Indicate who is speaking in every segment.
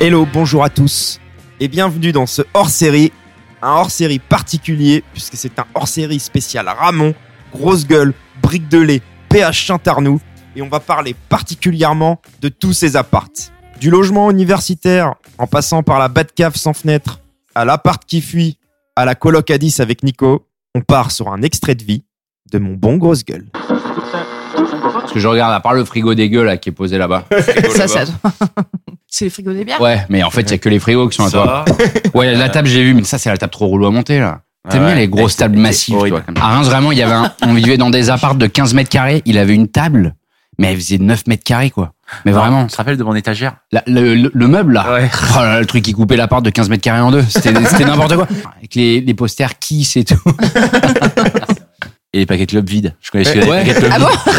Speaker 1: Hello, bonjour à tous et bienvenue dans ce hors-série, un hors-série particulier puisque c'est un hors-série spécial Ramon, Grosse Gueule, Brique de lait, PH Chantarnou et on va parler particulièrement de tous ces appartes. Du logement universitaire en passant par la bas de cave sans fenêtre à l'appart qui fuit à la coloc à 10 avec Nico, on part sur un extrait de vie de mon bon Grosse Gueule.
Speaker 2: Parce que je regarde, à part le frigo dégueu là qui est posé là-bas.
Speaker 3: Ça, c'est à toi. C'est les frigos des bières.
Speaker 2: Ouais, mais en fait, il y a que les frigos qui sont à toi.
Speaker 4: Ça va
Speaker 2: Ouais, la table, j'ai vu, mais ça, c'est la table trop rouleau à monter là. T'aimes
Speaker 4: Ah
Speaker 2: bien
Speaker 4: ouais.
Speaker 2: les grosses tables massives,
Speaker 4: horrible.
Speaker 2: toi, comme ça. À Reims, vraiment, il y avait un, on vivait dans des appartes de 15 mètres carrés. Il avait une table, mais elle faisait 9 mètres carrés, quoi. Mais vraiment,
Speaker 4: Tu te rappelles de mon étagère
Speaker 2: la- le, le- le meuble, là.
Speaker 4: Ouais.
Speaker 2: Oh là là, le truc qui coupait l'appart de 15 mètres carrés en deux. C'était c'était n'importe quoi. Avec les, les posters qui, c'est tout.
Speaker 4: Et les paquets club vides. Je connaissais les
Speaker 2: Ouais.
Speaker 4: paquets club
Speaker 3: Ah
Speaker 4: vides.
Speaker 3: bon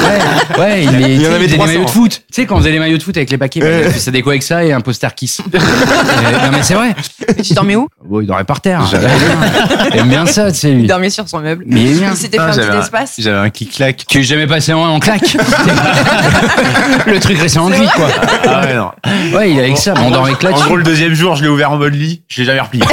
Speaker 2: Ouais, ouais, il,
Speaker 1: Il y en
Speaker 2: tu sais,
Speaker 1: avait
Speaker 2: il faisait des
Speaker 1: 300.
Speaker 2: maillots de foot. Tu sais, quand on faisait les maillots de foot avec les paquets, bah, il a fait ça déco avec ça et un poster kiss. Euh, non, mais c'est vrai.
Speaker 3: Mais tu dormais où
Speaker 2: Bon, il dormait par terre. Il aime bien ça, tu sais,
Speaker 3: Il
Speaker 2: lui.
Speaker 3: dormait sur son meuble.
Speaker 2: Mais il est bien.
Speaker 3: Il s'était fait
Speaker 4: Ah,
Speaker 3: un
Speaker 4: j'avais
Speaker 3: petit
Speaker 4: un-
Speaker 3: espace.
Speaker 4: J'avais un qui claque.
Speaker 2: Tu es jamais passé en, en claque. le truc récemment de
Speaker 3: C'est
Speaker 2: vie, quoi.
Speaker 4: Ah ouais, non.
Speaker 2: Ouais, il est avec ça. mais On dort avec claque.
Speaker 4: En gros, le deuxième jour, je l'ai ouvert en mode lit. Je l'ai jamais replié.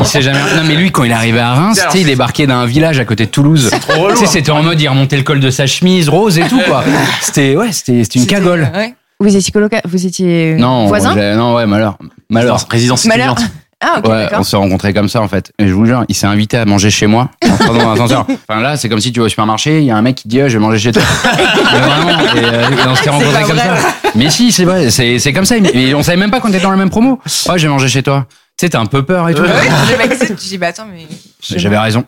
Speaker 2: Il sait jamais. Non, mais lui, quand il est arrivé à Reims, tu sais, il débarquait d'un village à côté de Toulouse.
Speaker 4: Trop
Speaker 2: Tu
Speaker 4: relou.
Speaker 2: sais,
Speaker 4: hein.
Speaker 2: c'était en mode, il remontait le col de sa chemise rose et tout, quoi. C'était, ouais, c'était c'était une
Speaker 3: C'était- euh,
Speaker 2: cagole.
Speaker 3: ouais. Vous étiez coloca... Vous étiez
Speaker 2: Non,
Speaker 3: voisin
Speaker 2: j'ai- non, ouais, malheur. Malheur.
Speaker 4: Résidence- Résidence
Speaker 3: Malheur.
Speaker 4: étudiante.
Speaker 3: Ah, ok,
Speaker 2: ouais, on
Speaker 3: d'accord.
Speaker 2: s'est rencontrés comme ça en fait. Et je vous jure, il s'est invité à manger chez moi en entrant dans l'ascenseur. Enfin là, c'est comme si tu vas au supermarché, il y a un mec qui te dit oh, je vais manger chez toi. Mais vraiment, et, euh, et on s'est rencontrés
Speaker 3: pas
Speaker 2: comme
Speaker 3: vrai.
Speaker 2: ça. Mais si, c'est vrai, c'est c'est comme ça. Mais- Mais on savait même pas qu'on était dans la même promo. Oh, je vais manger chez toi. Tu sais, t'as un peu peur et tout.
Speaker 3: Ouais, j'ai pas accepté. J'ai dit, bah attends, mais.
Speaker 2: Mais J'avais raison.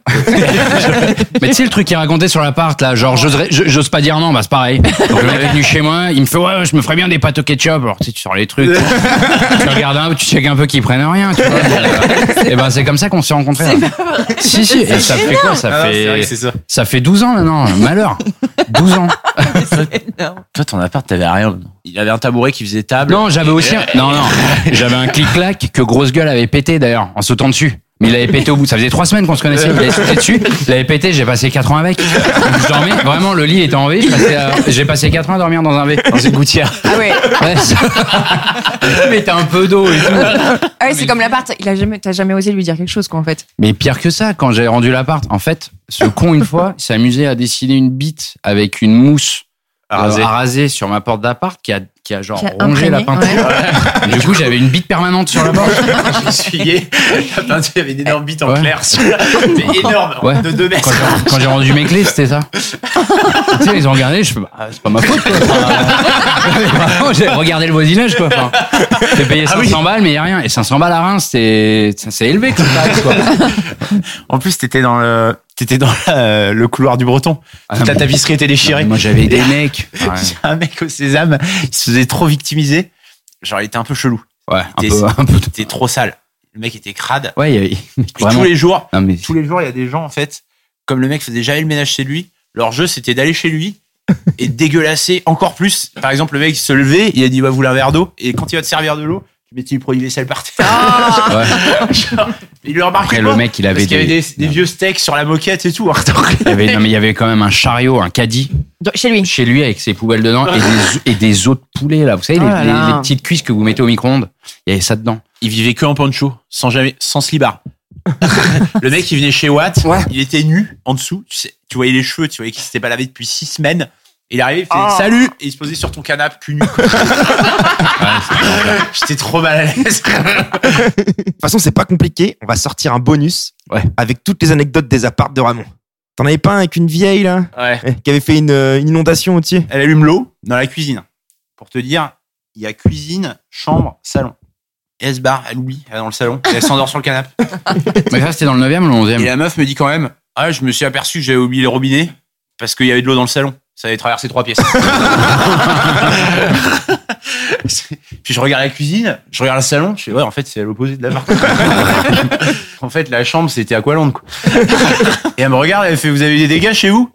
Speaker 2: mais tu sais le truc qu'il racontait sur l'appart là, genre j'oserais- je- j'ose pas dire non, bah c'est pareil. Donc le mec est venu chez moi, il me fait ouais, je me ferais bien des pâtes au ketchup. Alors tu sais, tu sors les trucs, tu regardes un, tu check un peu qu'ils prennent rien. Tu vois, et ben c'est comme ça qu'on s'est rencontrés. là. Si si, et ça fait quoi Ça
Speaker 4: Ah non, c'est vrai
Speaker 2: fait
Speaker 4: que c'est ça.
Speaker 2: ça fait 12 ans maintenant, malheur. 12 ans.
Speaker 3: énorme.
Speaker 4: Toi, ton appart, t'avais rien. Il avait un tabouret qui faisait table.
Speaker 2: Non, j'avais aussi
Speaker 4: Eh,
Speaker 2: un... non non, j'avais un clic clac que grosse gueule avait pété d'ailleurs en sautant dessus. Mais il avait pété au bout. Ça faisait trois semaines qu'on se connaissait. Il avait sauté dessus. Il avait pété. J'ai passé quatre ans avec. Je dormais. Vraiment, le lit était en V. je passais à- J'ai passé quatre ans à dormir dans un V.
Speaker 4: Dans une gouttière.
Speaker 3: Ah ouais.
Speaker 2: Ouais, ça- Mais t'as un peu d'eau et tout.
Speaker 3: Ah ouais, c'est comme l'appart. Il a jamais, t'as jamais osé lui dire quelque chose, quoi, en fait.
Speaker 2: Mais pire que ça, quand j'ai rendu l'appart, en fait, ce con une fois il s'est amusé à dessiner une bite avec une mousse euh,
Speaker 4: Rasé.
Speaker 2: arasée sur ma porte d'appart qui a qui a genre
Speaker 3: Qui a
Speaker 2: rongé la
Speaker 3: imprégné,
Speaker 2: peinture. Du coup, j'avais une bite permanente sur la porte.
Speaker 4: J'ai essuyé. La peinture, il y avait une énorme bite en
Speaker 2: Ouais.
Speaker 4: clair. sur- Mais énorme.
Speaker 2: Ouais.
Speaker 4: De 2 mètres.
Speaker 2: Quand j'ai- quand j'ai rendu mes clés, c'était ça. tu sais, ils ont regardé, je fais, bah, c'est pas ma faute, quoi. Enfin, vraiment, j'ai regardé le voisinage, quoi. Enfin, j'ai payé 500
Speaker 4: Ah oui.
Speaker 2: balles, mais y a rien. Et 500 balles à Reims, c'est, c'est c'est élevé, comme taxe, quoi.
Speaker 4: En plus, t'étais dans le, t'étais dans la- le couloir du Breton.
Speaker 2: Ah,
Speaker 4: Toute la
Speaker 2: mais-
Speaker 4: tapisserie était déchirée.
Speaker 2: Moi, j'avais des mecs. Ouais.
Speaker 4: un mec au sésame, il se faisait trop victimiser. Genre, il était un peu chelou.
Speaker 2: Ouais, un
Speaker 4: T'es-
Speaker 2: peu, un peu.
Speaker 4: Il était trop sale. Le mec était crade.
Speaker 2: Ouais, il y avait,
Speaker 4: Et
Speaker 2: vraiment.
Speaker 4: tous les jours,
Speaker 2: Non, mais
Speaker 4: tous les jours, il y a des gens, en fait, comme le mec faisait jamais le ménage chez lui, leur jeu, c'était d'aller chez lui et de dégueulasser encore plus. Par exemple, le mec, il se levait, il a dit, va vous voulez un verre d'eau. Et quand il va te servir de l'eau, tu mettais du produit vaisselle par terre.
Speaker 3: Ah
Speaker 2: ouais.
Speaker 4: Il le
Speaker 2: Après,
Speaker 4: remarquait pas.
Speaker 2: le mec, il
Speaker 4: parce
Speaker 2: avait
Speaker 4: qu'il y avait
Speaker 2: des,
Speaker 4: des, des vieux steaks sur la moquette et tout.
Speaker 2: il y avait, non, mais il y avait quand même un chariot, un caddie,
Speaker 3: Dans- Chez lui.
Speaker 2: chez lui, avec ses poubelles dedans, et des, et des os de poulet, là. Vous savez,
Speaker 3: Oh
Speaker 2: les-
Speaker 3: là
Speaker 2: les-
Speaker 3: là.
Speaker 2: les petites cuisses que vous mettez au micro-ondes. Il y avait ça dedans.
Speaker 4: il vivait que en poncho, sans jamais, sans slibard. le mec, il venait chez Watt, il était nu en dessous, tu, sais, tu voyais les cheveux, tu voyais qu'il s'était pas lavé depuis six semaines. Il arrivait, il faisait salut, et il se posait sur ton canapé cul nu. J'étais trop mal à l'aise.
Speaker 1: De toute façon, c'est pas compliqué. On va sortir un bonus
Speaker 2: Ouais.
Speaker 1: avec toutes les anecdotes des appartes de Ramon. T'en avais pas un avec une vieille là
Speaker 4: Ouais.
Speaker 1: eh, qui avait fait une, euh, une inondation au-dessus
Speaker 4: Elle allume l'eau dans la cuisine. Pour te dire, il y a cuisine, chambre, salon. Et elle se barre, elle oublie, elle est dans le salon, et elle s'endort sur le canapé.
Speaker 2: Mais ça, c'était dans le 9e ou le 11e?
Speaker 4: Et la meuf me dit quand même, ah, je me suis aperçu que j'avais oublié le robinet parce qu'il y avait de l'eau dans le salon. Ça avait traversé trois pièces. Puis je regarde la cuisine, je regarde le salon, je fais, ouais, en fait, c'est à l'opposé de la marque. en fait, la chambre, c'était Aqualand, quoi. Et elle me regarde, elle fait, vous avez eu des dégâts chez vous?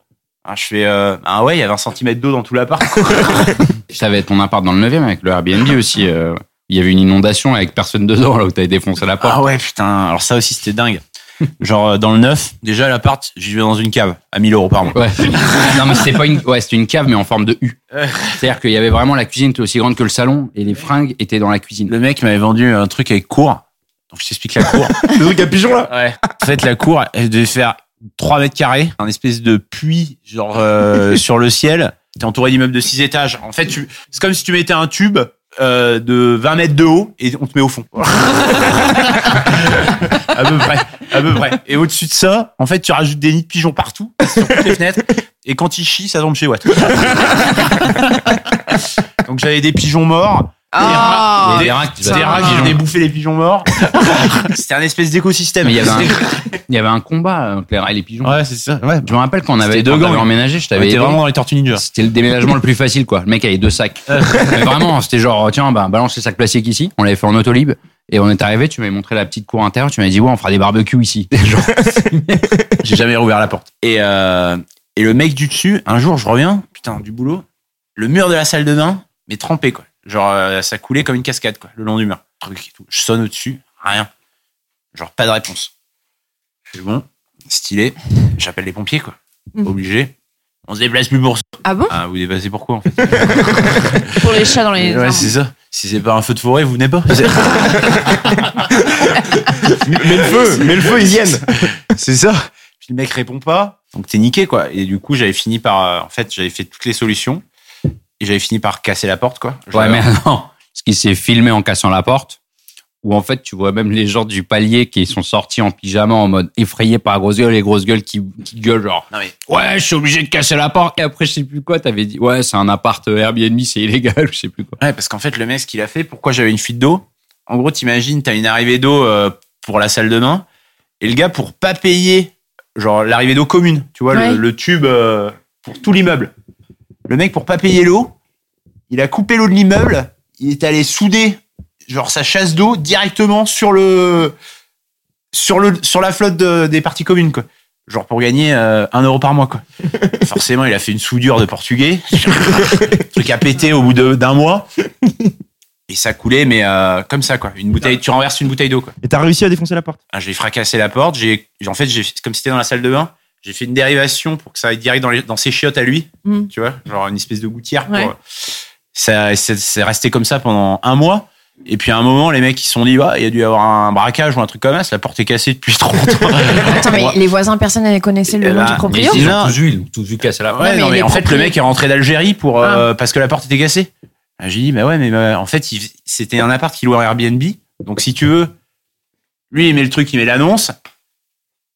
Speaker 4: Ah, je fais, euh, ah ouais, il y avait un centimètre d'eau dans tout l'appart.
Speaker 2: Ça va être ton appart dans le 9e avec le Airbnb aussi. euh, Il y avait une inondation avec personne dedans, là où t'avais défoncé la porte.
Speaker 4: Ah ouais, putain. Alors ça aussi, c'était dingue. Genre euh, dans le neuf, déjà à l'appart, j'y vais dans une cave à 1000 euros par mois.
Speaker 2: Ouais. non, mais c'était pas une, ouais, c'était une cave, mais en forme de U.
Speaker 4: Ouais.
Speaker 2: C'est-à-dire qu'il y avait vraiment la cuisine était aussi grande que le salon et les fringues étaient dans la cuisine.
Speaker 4: Le mec m'avait vendu un truc avec cours. Donc je t'explique la cour.
Speaker 1: Le truc à pigeon là
Speaker 4: Ouais. En fait, la cour, elle devait faire 3 mètres carrés, un espèce de puits, genre euh, sur le ciel. T'es entouré d'immeubles de 6 étages. En fait, tu- c'est comme si tu mettais un tube euh, de 20 mètres de haut et on te met au fond. à peu près. À peu près. Et au-dessus de ça, en fait, tu rajoutes des nids de pigeons partout, sur toutes les fenêtres. Et quand ils chient, ça tombe chez Watt. Donc j'avais des pigeons morts.
Speaker 3: Ah.
Speaker 2: Il y avait des rats qui-
Speaker 4: Des
Speaker 2: des
Speaker 4: rats
Speaker 2: rats
Speaker 4: qui
Speaker 2: pigeons.
Speaker 4: venaient bouffer les pigeons morts. C'était un espèce d'écosystème.
Speaker 2: Mais il y avait un- Il y avait un combat euh, entre les rats et les pigeons.
Speaker 4: Ouais, c'est ça. Ouais.
Speaker 2: Je me rappelle qu'on avait,
Speaker 4: C'était deux
Speaker 2: quand on avait
Speaker 4: gangs.
Speaker 2: emménagé, je t'avais
Speaker 4: T'es
Speaker 2: aidé.
Speaker 4: vraiment dans les tortues ninja.
Speaker 2: C'était le déménagement le plus facile, quoi. Le mec avait deux sacs. Mais vraiment, c'était genre, tiens, bah, balance les sacs plastiques ici. On l'avait fait en autolib. Et on est arrivé, tu m'avais montré la petite cour intérieure, tu m'avais dit, ouais, on fera des barbecues ici. Genre,
Speaker 4: J'ai jamais rouvert la porte. Et, euh, et le mec du dessus, un jour, je reviens, putain, du boulot, le mur de la salle de bain m'est trempé, quoi. Genre, euh, ça coulait comme une cascade, quoi, le long du mur. Truc et tout. Je sonne au-dessus, rien. Genre, pas de réponse. Je fais bon, stylé. J'appelle les pompiers, quoi.
Speaker 3: Mm.
Speaker 4: Obligé. On se déplace plus pour ça.
Speaker 3: Ah bon
Speaker 4: Ah, vous déplacez pourquoi, en fait
Speaker 3: Pour les chats dans les.
Speaker 4: Ouais, c'est ça. Si c'est pas un feu de forêt, vous venez pas.
Speaker 1: Mets le feu, mets le feu, ils viennent.
Speaker 4: C'est ça. Puis le mec répond pas. Donc t'es niqué, quoi. Et du coup, j'avais fini par. euh, en fait, j'avais fait toutes les solutions. Et j'avais fini par casser la porte, quoi.
Speaker 2: ouais,
Speaker 4: J'avais-
Speaker 2: mais non. Ce qui s'est filmé en cassant la porte, où en fait, tu vois même les gens du palier qui sont sortis en pyjama en mode effrayés par la grosse gueule et grosse gueule qui, qui gueule genre,
Speaker 4: Non, mais.
Speaker 2: ouais, je suis obligé de casser la porte. Et après, je sais plus quoi, t'avais dit, ouais, c'est un appart euh, Airbnb, c'est illégal, je sais plus quoi.
Speaker 4: Ouais, parce qu'en fait, le mec, ce qu'il a fait, pourquoi j'avais une fuite d'eau En gros, t'imagines, t'as une arrivée d'eau euh, pour la salle de bain. Et le gars, pour pas payer, genre l'arrivée d'eau commune, tu vois, le-
Speaker 3: Ouais.
Speaker 4: le, tube euh, pour tout l'immeuble. Le mec, pour pas payer l'eau, il a coupé l'eau de l'immeuble. Il est allé souder, genre sa chasse d'eau directement sur le. Sur, le, sur la flotte de- des parties communes, quoi. Genre pour gagner euh, un euro par mois, quoi. Forcément, il a fait une soudure de portugais. Le truc a pété au bout de- d'un mois. Et ça coulait, mais euh, comme ça, quoi. Une bouteille, tu renverses une bouteille d'eau, quoi.
Speaker 1: Et t'as réussi à défoncer la porte
Speaker 4: Ah, J'ai fracassé la porte. J'ai, j'ai- en fait, j'ai, comme c'était dans la salle de bain, j'ai fait une dérivation pour que ça aille direct dans, les- dans ses chiottes à lui.
Speaker 3: Mm.
Speaker 4: Tu vois, genre une espèce de gouttière. pour- euh,
Speaker 3: Ouais.
Speaker 4: ça, c'est, c'est resté comme ça pendant un mois. Et puis à un moment, les mecs, ils se sont dit, bah, il y a dû y avoir un braquage ou un truc comme ça. La porte est cassée depuis trop longtemps.
Speaker 3: Attends, mais
Speaker 4: Ouais.
Speaker 3: les voisins, personne ne connaissait le
Speaker 4: Eh
Speaker 3: nom
Speaker 4: ben,
Speaker 3: du
Speaker 4: mais
Speaker 3: propriétaire
Speaker 4: ils ont tous
Speaker 2: vu, ils ont tous vu casser la
Speaker 4: Ouais,
Speaker 3: Ouais,
Speaker 4: non,
Speaker 3: mais
Speaker 4: mais
Speaker 3: il est
Speaker 4: en fait, le
Speaker 3: proprio.
Speaker 4: mec est rentré d'Algérie pour euh, parce que la porte était cassée. Ah, J'ai dit, mais ouais, mais euh, en fait, il- c'était un appart qu'il louait en Airbnb. Donc, si tu veux, lui, il met le truc, il met l'annonce,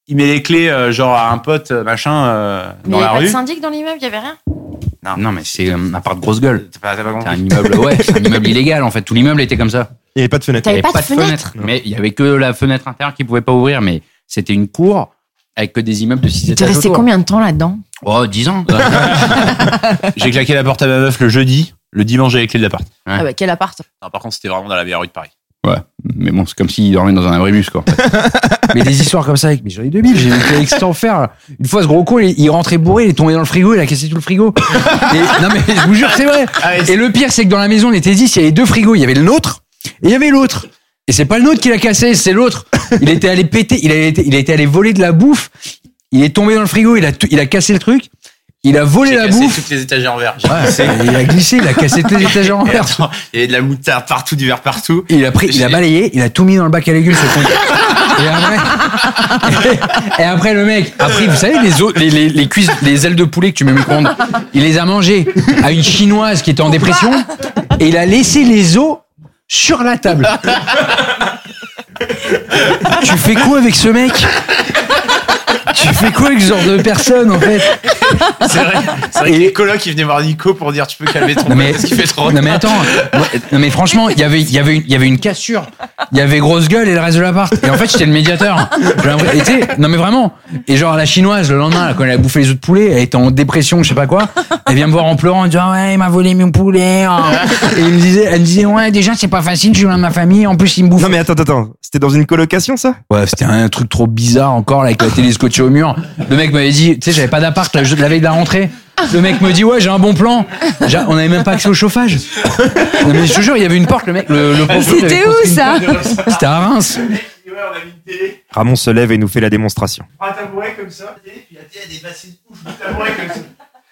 Speaker 4: il met les clés, euh, genre, à un pote, euh, machin, euh,
Speaker 3: Mais
Speaker 4: dans
Speaker 3: il y
Speaker 4: la
Speaker 3: avait pas de
Speaker 4: rue.
Speaker 3: syndic dans l'immeuble, il y avait rien.
Speaker 2: Non, mais c'est
Speaker 4: euh,
Speaker 2: euh, un appart grosse gueule.
Speaker 4: T'as pas, t'as pas
Speaker 2: C'est un
Speaker 4: compris.
Speaker 2: immeuble, ouais, c'est un immeuble illégal en fait. Tout l'immeuble était comme ça.
Speaker 1: Il n'y avait pas de fenêtre.
Speaker 3: T'as-
Speaker 2: Il y
Speaker 3: avait pas de fenêtre.
Speaker 1: Non.
Speaker 2: Mais il y avait que la fenêtre intérieure qui pouvait pas ouvrir. Mais c'était une cour avec que des immeubles de 6
Speaker 3: T'es
Speaker 2: étages.
Speaker 3: resté
Speaker 2: autour.
Speaker 3: combien de temps là-dedans
Speaker 2: Oh, 10 ans.
Speaker 4: J'ai claqué la porte à ma meuf le jeudi. Le dimanche, j'ai les clés de l'appart.
Speaker 2: Ouais.
Speaker 3: Ah bah quel appart
Speaker 4: Non, par contre, c'était vraiment dans la meilleure rue de Paris.
Speaker 2: mais bon, c'est comme s'il dormait dans un abribus quoi. en fait. mais des histoires comme ça avec. Mais j'en ai 2000, j'ai vu avec cet enfer. Une fois, ce gros con, il, il rentrait bourré, il est tombé dans le frigo, il a cassé tout le frigo. Et- non mais je vous jure, c'est vrai.
Speaker 4: Ah,
Speaker 2: Et le pire, c'est que dans la maison, on était 10, il y avait deux frigos. Il y avait le nôtre et il y avait l'autre. Et c'est pas le nôtre qui l'a cassé, c'est l'autre. Il était allé péter, il, a été- il était allé voler de la bouffe. Il est tombé dans le frigo, il a, tout- il a cassé le truc. Il a volé
Speaker 4: J'ai
Speaker 2: la
Speaker 4: cassé
Speaker 2: bouffe.
Speaker 4: toutes les étagères en verre. J'ai
Speaker 2: Ouais,
Speaker 4: cassé.
Speaker 2: il a glissé, il a cassé tous les étages en
Speaker 4: Et
Speaker 2: l'air.
Speaker 4: attends, Il y avait de la moutarde partout, du verre partout.
Speaker 2: Il a pris, il a balayé, il a tout mis dans le bac à légumes, ce con. Et après, et après, le mec a pris, vous savez, les, os- les, les, les cuisses, les ailes de poulet que tu mets au micro-ondes, il les a mangées à une chinoise qui était en dépression et il a laissé les os sur la table. tu fais quoi avec ce mec Tu fais quoi avec ce genre de personne, en fait
Speaker 4: C'est vrai, c'est vrai que les colocs, ils venaient voir Nico pour dire tu peux calmer ton
Speaker 2: Non,
Speaker 4: mec
Speaker 2: mais-
Speaker 4: parce qu'il fait trop.
Speaker 2: Non mais attends, moi, non mais franchement, il y avait, il y avait, une- il y avait une cassure, il y avait grosse gueule et le reste de l'appart. Et en fait, j'étais le médiateur. J'ai l'impression- et tu sais, non mais vraiment. Et genre la chinoise le lendemain, là, quand elle a bouffé les œufs de poulet, elle était en dépression, je sais pas quoi. Elle vient me voir en pleurant, elle dit Ah ouais, il m'a volé mon poulet. hein. Et il me disait, elle me disait ouais, déjà c'est pas facile, je suis loin de ma famille, en plus il me bouffe.
Speaker 1: Non mais attends, attends, c'était dans une colocation ça
Speaker 2: Ouais, c'était un truc trop bizarre encore là, avec la télé scotchée au mur. Le mec m'avait dit, tu sais, j'avais pas d'appart la, la veille de la rentrée. Le mec me dit, ouais, j'ai un bon plan. J'ai- On avait même pas accès au chauffage. Non, mais je te jure, il y avait une porte, le mec. Le, le prof, il avait
Speaker 3: C'était où
Speaker 2: posté une
Speaker 3: ça
Speaker 2: porte. C'était à Reims.
Speaker 4: ouais, on a mis une télé,
Speaker 1: Ramon se lève et nous fait la démonstration.
Speaker 4: un tabouret comme ça, et puis la télé, elle est bassée de ouf, le tabouret comme ça.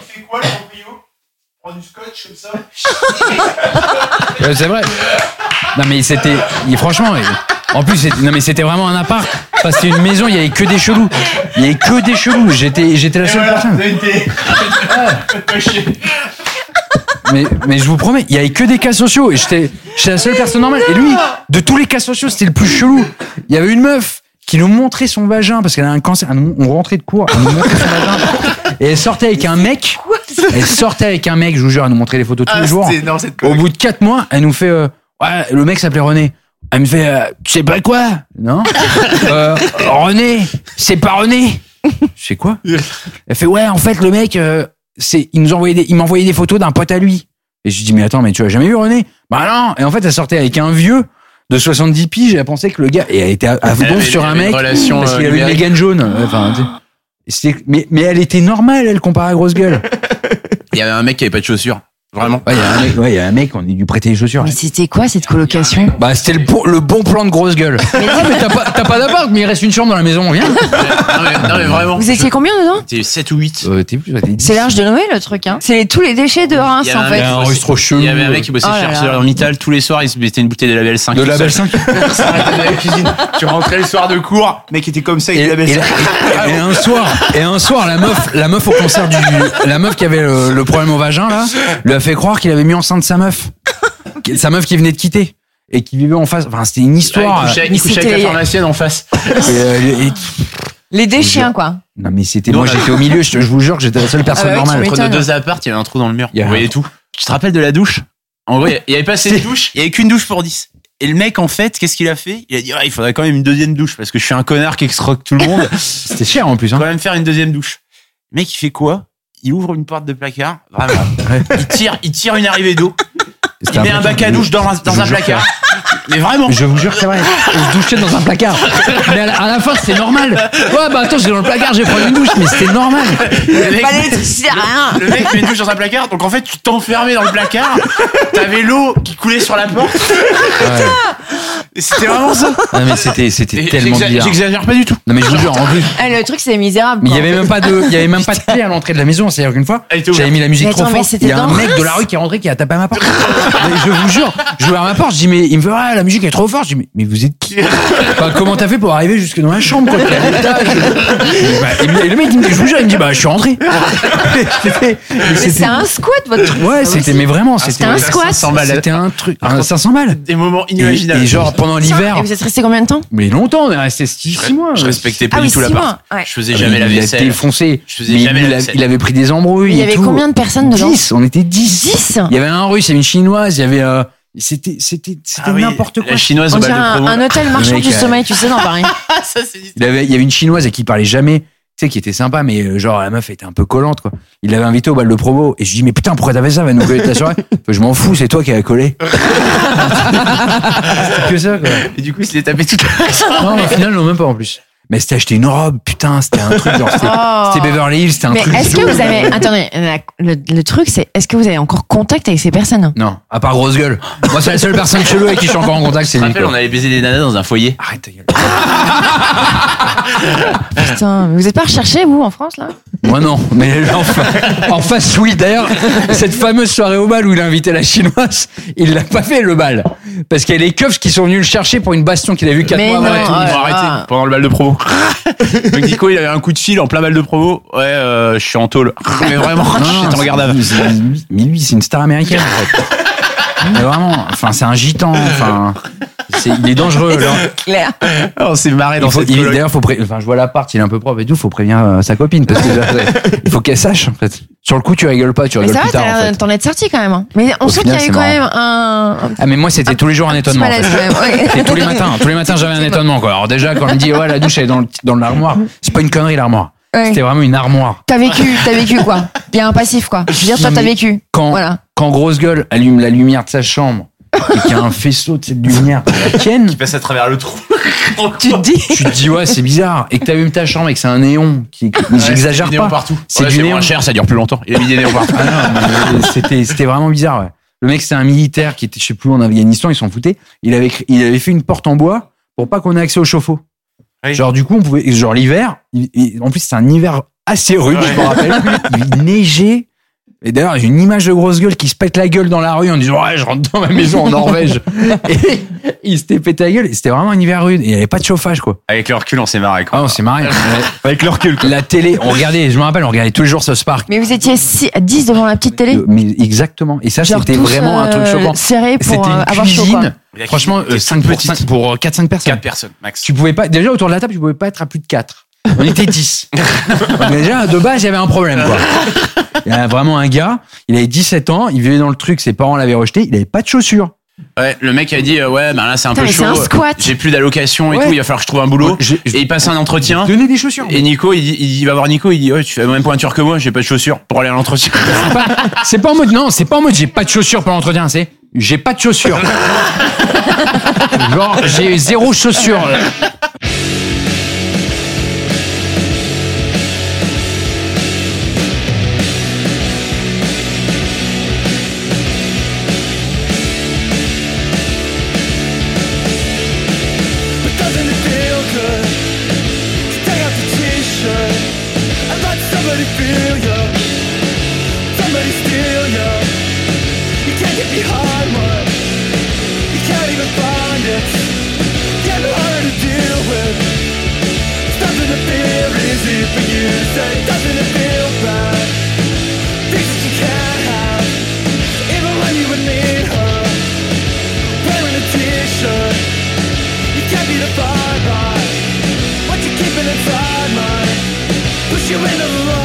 Speaker 4: Tu fais quoi, le brio Prends du scotch comme ça
Speaker 2: Ouais, c'est vrai. Non mais c'était, il- franchement, il- en plus, c'était- non mais c'était vraiment un appart. Enfin, c'était une maison, il y avait que des chelous. Il y avait que des chelous. J'étais, j'étais la
Speaker 4: Et
Speaker 2: seule
Speaker 4: voilà,
Speaker 2: personne.
Speaker 4: vous avez une télé. Faites pas chier.
Speaker 2: Mais, mais je vous promets, il y avait que des cas sociaux et j'étais, j'étais la seule personne normale. Et lui, de tous les cas sociaux, c'était le plus chelou. Il y avait une meuf qui nous montrait son vagin parce qu'elle a un cancer. Elle nous- on rentrait de cours, elle nous montrait son vagin. Et elle sortait avec un mec. Elle sortait avec un mec, je vous jure, elle nous montrait les photos
Speaker 4: Ah,
Speaker 2: tous les jours.
Speaker 5: C'est énorme cette
Speaker 2: Au bout de quatre mois, elle nous fait euh, ouais, le mec s'appelait René. Elle me fait euh, tu sais pas quoi Non. Euh, René, c'est pas René. C'est quoi Elle fait ouais, en fait le mec euh, c'est il nous envoyait des, il m'envoyait des photos d'un pote à lui. Et je lui dis mais attends, mais tu as jamais vu René Bah non. Et en fait, elle sortait avec un vieux de 70 piges, et elle pensait que le gars et elle était à, à
Speaker 4: Elle
Speaker 2: donf
Speaker 4: avait-
Speaker 2: sur
Speaker 4: elle
Speaker 2: un
Speaker 4: avait une
Speaker 2: mec
Speaker 4: relation,
Speaker 2: parce
Speaker 4: euh,
Speaker 2: qu'il avait une
Speaker 4: numérique.
Speaker 2: mégane jaune. Enfin, tu sais. Et c'était- mais, mais elle était normale, elle, comparée à Grosse Gueule.
Speaker 4: Il y avait un mec qui avait pas de chaussures. Vraiment.
Speaker 2: Ouais, il y a un mec, ouais, il y a un mec, on est dû prêter les chaussures.
Speaker 3: Mais c'était quoi cette colocation
Speaker 2: Bah, c'était le, bon- le bon plan de grosse gueule. Ah, mais t'as pas, t'as pas d'appart, mais il reste une chambre dans la maison, viens.
Speaker 4: Non mais, non, mais vraiment.
Speaker 3: Vous étiez combien dedans
Speaker 4: T'es 7 ou 8.
Speaker 2: Euh, t'es plus,
Speaker 3: C'est l'arche de Noé le truc, hein. C'est tous les déchets de Reims
Speaker 4: Il y a
Speaker 3: en
Speaker 4: un
Speaker 3: fait.
Speaker 4: mec-
Speaker 2: un russe Ah, trop chelou.
Speaker 4: Il y avait un mec qui bossait
Speaker 3: Oh là
Speaker 4: chez
Speaker 3: là.
Speaker 4: ArcelorMittal tous les soirs, il se mettait une bouteille de label 5.
Speaker 2: de la belle
Speaker 4: Il
Speaker 2: 5.
Speaker 4: s'arrêtait dans la cuisine. Tu rentrais le soir de cours, le mec était comme ça
Speaker 2: Et,
Speaker 4: avec la
Speaker 2: et
Speaker 4: label
Speaker 2: la- et- et un soir, et un soir, la meuf, la meuf au concert du, la meuf qui avait le, le problème au vagin, là, lui a fait croire qu'il avait mis enceinte sa meuf. Qui- Sa meuf qui venait de quitter. Et qui vivait en face. Enfin, c'était une histoire.
Speaker 4: il couchait,
Speaker 3: Mais
Speaker 4: il couchait avec la
Speaker 3: c'était-
Speaker 4: pharmacienne en face.
Speaker 2: Et, euh, et-
Speaker 3: Les déchets, hein, quoi.
Speaker 2: non, mais c'était,
Speaker 4: Non,
Speaker 2: moi,
Speaker 4: là-
Speaker 2: j'étais au milieu, je, te- je vous jure que j'étais la seule personne
Speaker 3: Ah bah oui, tu
Speaker 2: normale.
Speaker 3: m'étonnes.
Speaker 4: Entre nos deux appartes, il y avait un trou dans le mur.
Speaker 2: Il y a
Speaker 4: On
Speaker 2: un
Speaker 4: voyait tout. Tu te rappelles de la douche En vrai, il y avait pas assez de douches. Il y avait qu'une douche pour 10. Et le mec, en fait, qu'est-ce qu'il a fait Il a dit, Ah, il faudrait quand même une deuxième douche parce que je suis un connard qui extroque tout le monde.
Speaker 2: C'était cher, en plus,
Speaker 4: On
Speaker 2: hein.
Speaker 4: va même faire une deuxième douche. Le mec, il fait quoi Il ouvre une porte de placard, vraiment. Il tire, il tire une arrivée d'eau.
Speaker 2: C'était
Speaker 4: Il met un
Speaker 2: peu-
Speaker 4: bac à douche dans un,
Speaker 2: Je
Speaker 4: dans un
Speaker 2: vous jure
Speaker 4: placard. Mais vraiment.
Speaker 2: Je vous jure, c'est vrai. On se douchait dans un placard. Mais à la, à la fin, c'était normal. Ouais, bah attends, j'ai dans le placard, j'ai pris une douche, mais c'était normal.
Speaker 4: Le mec,
Speaker 3: Pas d'électricité, rien.
Speaker 4: le mec met une douche dans un placard. Donc en fait, tu t'enfermais dans le placard. T'avais l'eau qui coulait sur la porte. Et C'était vraiment ça.
Speaker 2: Non, mais c'était, c'était
Speaker 4: Et
Speaker 2: tellement
Speaker 4: j'exa-
Speaker 2: bizarre.
Speaker 4: J'exagère pas du tout.
Speaker 2: Non, mais je vous jure, en plus.
Speaker 3: Ah, le truc, c'est misérable.
Speaker 2: Mais il
Speaker 3: quoi.
Speaker 2: y avait même pas de, il y avait même pas de clé à l'entrée de la maison. C'est-à-dire qu'une fois,
Speaker 4: Elle était
Speaker 2: j'avais
Speaker 4: ouverte.
Speaker 2: mis la musique
Speaker 3: Mais
Speaker 2: trop
Speaker 3: attends, mais
Speaker 2: forte.
Speaker 3: c'était
Speaker 2: Il y a un
Speaker 3: dans
Speaker 2: mec
Speaker 3: Reims
Speaker 2: de la rue qui est rentré, qui a tapé à ma porte. Mais je vous jure, je vais à ma porte, je dis, mais il me fait, ah, la musique est trop forte. Je dis, mais, mais vous êtes qui? Enfin, comment t'as fait pour arriver jusque dans la chambre, quoi? T'es à l'étage. Et bah, il me- et le mec, il me dit, je vous jure, il me dit, bah, je suis rentré. J'ai fait- mais
Speaker 3: Mais c'est
Speaker 2: c'était-
Speaker 3: un squat, votre
Speaker 4: Ah
Speaker 3: truc.
Speaker 2: Ouais, c'était, mais vraiment,
Speaker 3: C'était
Speaker 2: c'était.
Speaker 3: un squat.
Speaker 4: 500 balles.
Speaker 2: C'était un truc. Ah, un 500 balles.
Speaker 4: Des moments
Speaker 2: Et,
Speaker 4: inimaginables.
Speaker 2: et genre, pendant
Speaker 3: Et
Speaker 2: l'hiver.
Speaker 3: vous êtes resté combien de temps
Speaker 2: Mais longtemps, on est resté 6 mois. Euh,
Speaker 4: je respectais pas
Speaker 3: Ah
Speaker 4: du
Speaker 3: oui,
Speaker 4: tout
Speaker 3: six
Speaker 4: l'appart.
Speaker 3: mois. Ouais.
Speaker 4: Je faisais jamais la
Speaker 2: Ah, il a
Speaker 4: vaisselle.
Speaker 2: défoncé.
Speaker 4: Je faisais
Speaker 2: Mais
Speaker 4: jamais la
Speaker 2: il, a-
Speaker 4: vaisselle.
Speaker 2: il avait pris des embrouilles.
Speaker 3: Il y
Speaker 2: et
Speaker 3: avait
Speaker 2: tout.
Speaker 3: combien de personnes dedans
Speaker 2: 10, on était 10.
Speaker 3: 10
Speaker 2: Il y avait un russe, il y avait une chinoise, il y avait. euh, C'était c'était c'était
Speaker 4: Ah oui,
Speaker 2: n'importe quoi.
Speaker 4: La chinoise
Speaker 3: On
Speaker 4: au bal
Speaker 3: dirait
Speaker 4: de
Speaker 3: un,
Speaker 4: promo.
Speaker 3: un hôtel marchand
Speaker 2: mec,
Speaker 3: du
Speaker 2: euh,
Speaker 3: sommeil, tu sais, dans Paris.
Speaker 4: ça, c'est
Speaker 2: Il avait il y avait une chinoise et qui parlait jamais, tu sais qui était sympa mais euh, genre la meuf était un peu collante quoi. Il l'avait invité au bal de promo et je lui dis mais putain pourquoi t'as fait ça, va nous coller de la soirée. Fait, je m'en fous, c'est toi qui as collé. C'est que ça quoi.
Speaker 4: Et du coup, il se l'est tapé tout à
Speaker 2: Non, mais au final non même pas en plus. Mais c'était acheté une robe, putain, c'était un truc genre c'était
Speaker 3: Oh.
Speaker 2: c'était Beverly Hills, c'était un
Speaker 3: Mais
Speaker 2: truc.
Speaker 3: est-ce que vous avez. Attendez, la- le, le truc, c'est est-ce que vous avez encore contact avec ces personnes
Speaker 2: Non, à part grosse gueule. Moi c'est la seule personne chelou avec qui je suis encore en contact, c'est
Speaker 4: Je te
Speaker 2: lui.
Speaker 4: rappelle,
Speaker 2: quoi.
Speaker 4: on avait baisé des nanas dans un foyer.
Speaker 2: Arrête ta gueule. Ah.
Speaker 3: Putain, mais vous n'êtes pas recherché, vous, en France, là
Speaker 2: Moi non, mais en, fa- en face oui. D'ailleurs, cette fameuse soirée au bal où il a invité la chinoise, il l'a pas fait le bal. Parce qu'il y a les keufs qui sont venus le chercher pour une baston qu'il a vue 4
Speaker 3: Mais
Speaker 2: mois avant
Speaker 3: non,
Speaker 2: et tout.
Speaker 3: ouais. Ah.
Speaker 4: Ils m'ont arrêté pendant le bal de promo. Donc Nico, il avait un coup de fil en plein bal de promo. Ouais, euh, je suis en tôle. Mais vraiment, j'étais en garde à vue.
Speaker 2: c'est- c'est- Mais lui, c'est une star américaine en fait. Mais vraiment, enfin, c'est un gitan. Enfin, c'est- il est dangereux. là.
Speaker 3: Claire.
Speaker 4: Ah, On s'est marré dans
Speaker 2: Il faut-
Speaker 4: cette
Speaker 2: il-
Speaker 4: coloc.
Speaker 2: D'ailleurs, faut pré- enfin, je vois l'appart, il est un peu propre et tout. Faut prévenir euh, sa copine parce que euh, il faut qu'elle sache. En fait, sur le coup, tu rigoles pas, tu
Speaker 3: Mais
Speaker 2: rigoles
Speaker 3: ça
Speaker 2: plus
Speaker 3: va,
Speaker 2: tard. En
Speaker 3: t'as l'air-
Speaker 2: fait.
Speaker 3: t'en es sorti quand même. hein. Mais on
Speaker 2: Au
Speaker 3: sent qu'il
Speaker 2: final,
Speaker 3: y avait
Speaker 2: c'est
Speaker 3: quand
Speaker 2: marrant.
Speaker 3: même un. un
Speaker 2: Ah mais moi, c'était tous les jours un
Speaker 3: petit
Speaker 2: étonnement. en fait.
Speaker 3: malaise, quand même. ouais.
Speaker 2: Et tous les matins, tous les matins j'avais un étonnement quoi. Alors déjà quand on me dit ouais la douche elle est dans le- dans l'armoire, c'est pas une connerie l'armoire.
Speaker 3: Ouais.
Speaker 2: C'était vraiment une armoire.
Speaker 3: T'as vécu, t'as vécu quoi Il y a un passif quoi. Je veux dire, toi t'as vécu.
Speaker 2: Quand
Speaker 3: Voilà.
Speaker 2: quand grosse gueule allume la lumière de sa chambre et qu'il y a un faisceau de cette lumière qui la tienne,
Speaker 4: Il passe à travers le trou.
Speaker 3: Tu te dis
Speaker 2: tu te dis ouais c'est bizarre et que t'allumes ta chambre et que c'est un néon qui mais j'exagère
Speaker 4: Des néons
Speaker 2: pas.
Speaker 4: partout.
Speaker 2: C'est
Speaker 4: Ouais,
Speaker 2: du
Speaker 4: C'est
Speaker 2: néon.
Speaker 4: moins cher, ça dure plus longtemps. Il a mis des néons partout.
Speaker 2: Ah non, mais c'était c'était vraiment bizarre. ouais. Le mec c'était un militaire qui était je sais plus où en Afghanistan, ils s'en foutaient. Il avait cr- il avait fait une porte en bois pour pas qu'on ait accès au chauffe-eau.
Speaker 4: Oui.
Speaker 2: Genre, du coup, on pouvait, genre, l'hiver, il- il- en plus, c'est un hiver assez rude,
Speaker 4: Ouais.
Speaker 2: je me rappelle. Il neigeait. Et d'ailleurs, j'ai une image de grosse gueule qui se pète la gueule dans la rue en disant Ouais, je rentre dans ma maison en Norvège. et il s'était pété la gueule. Et C'était vraiment un hiver rude. Et il n'y avait pas de chauffage, quoi.
Speaker 4: Avec le recul, on s'est marré, quoi.
Speaker 2: Ah, on s'est marré.
Speaker 6: Avec le recul. quoi.
Speaker 2: la télé, on regardait, je me rappelle, on regardait tous les jours ce Spark.
Speaker 3: Mais vous étiez six- à 10 devant la petite télé
Speaker 2: Mais exactement. Et ça,
Speaker 3: Genre
Speaker 2: c'était
Speaker 3: tous,
Speaker 2: vraiment un truc
Speaker 3: euh,
Speaker 2: choquant.
Speaker 3: serré
Speaker 2: C'était
Speaker 3: pour
Speaker 2: une
Speaker 3: euh, avoir chaud. quoi.
Speaker 2: cuisine.
Speaker 4: Il y a
Speaker 7: Franchement,
Speaker 2: euh,
Speaker 4: qui-
Speaker 7: 5 pour,
Speaker 4: petites.
Speaker 7: cinq- pour 4-5 personnes.
Speaker 4: Quatre personnes, max.
Speaker 2: Tu pouvais pas, déjà autour de la table, tu pouvais pas être à plus de 4. On était 10. Donc déjà, de base, il y avait un problème, quoi. Il y a vraiment un gars, il avait 17 ans, il vivait dans le truc, ses parents l'avaient rejeté, il avait pas de chaussures.
Speaker 4: Ouais, le mec a dit, euh, ouais, ben là, c'est un
Speaker 3: Putain,
Speaker 4: peu
Speaker 3: mais c'est
Speaker 4: chaud.
Speaker 3: un squat.
Speaker 4: J'ai plus d'allocation et
Speaker 2: Ouais.
Speaker 4: tout, il va falloir que je trouve un boulot.
Speaker 2: J'ai-
Speaker 4: Et il passe un entretien.
Speaker 2: Donner des chaussures.
Speaker 4: Et Nico, il, dit- il, va voir Nico, il dit, ouais, tu fais la même pointure que moi, j'ai pas de chaussures pour aller à l'entretien.
Speaker 2: C'est pas en mode, non, c'est pas en mode, j'ai pas de chaussures pour l'entretien, c'est, j'ai pas de chaussures. Genre, j'ai zéro chaussure.
Speaker 8: But doesn't it feel good to take off the t-shirt and let somebody feel you? Somebody steal you. You can't get behind one. You can't even find it. Getting harder to deal with. Stopping to feel easy for you. Say, doesn't it feel bad? Things that you can't have, even when you would need her. Wearing a t-shirt. You can't be defined by what you keep inside my Push you into the light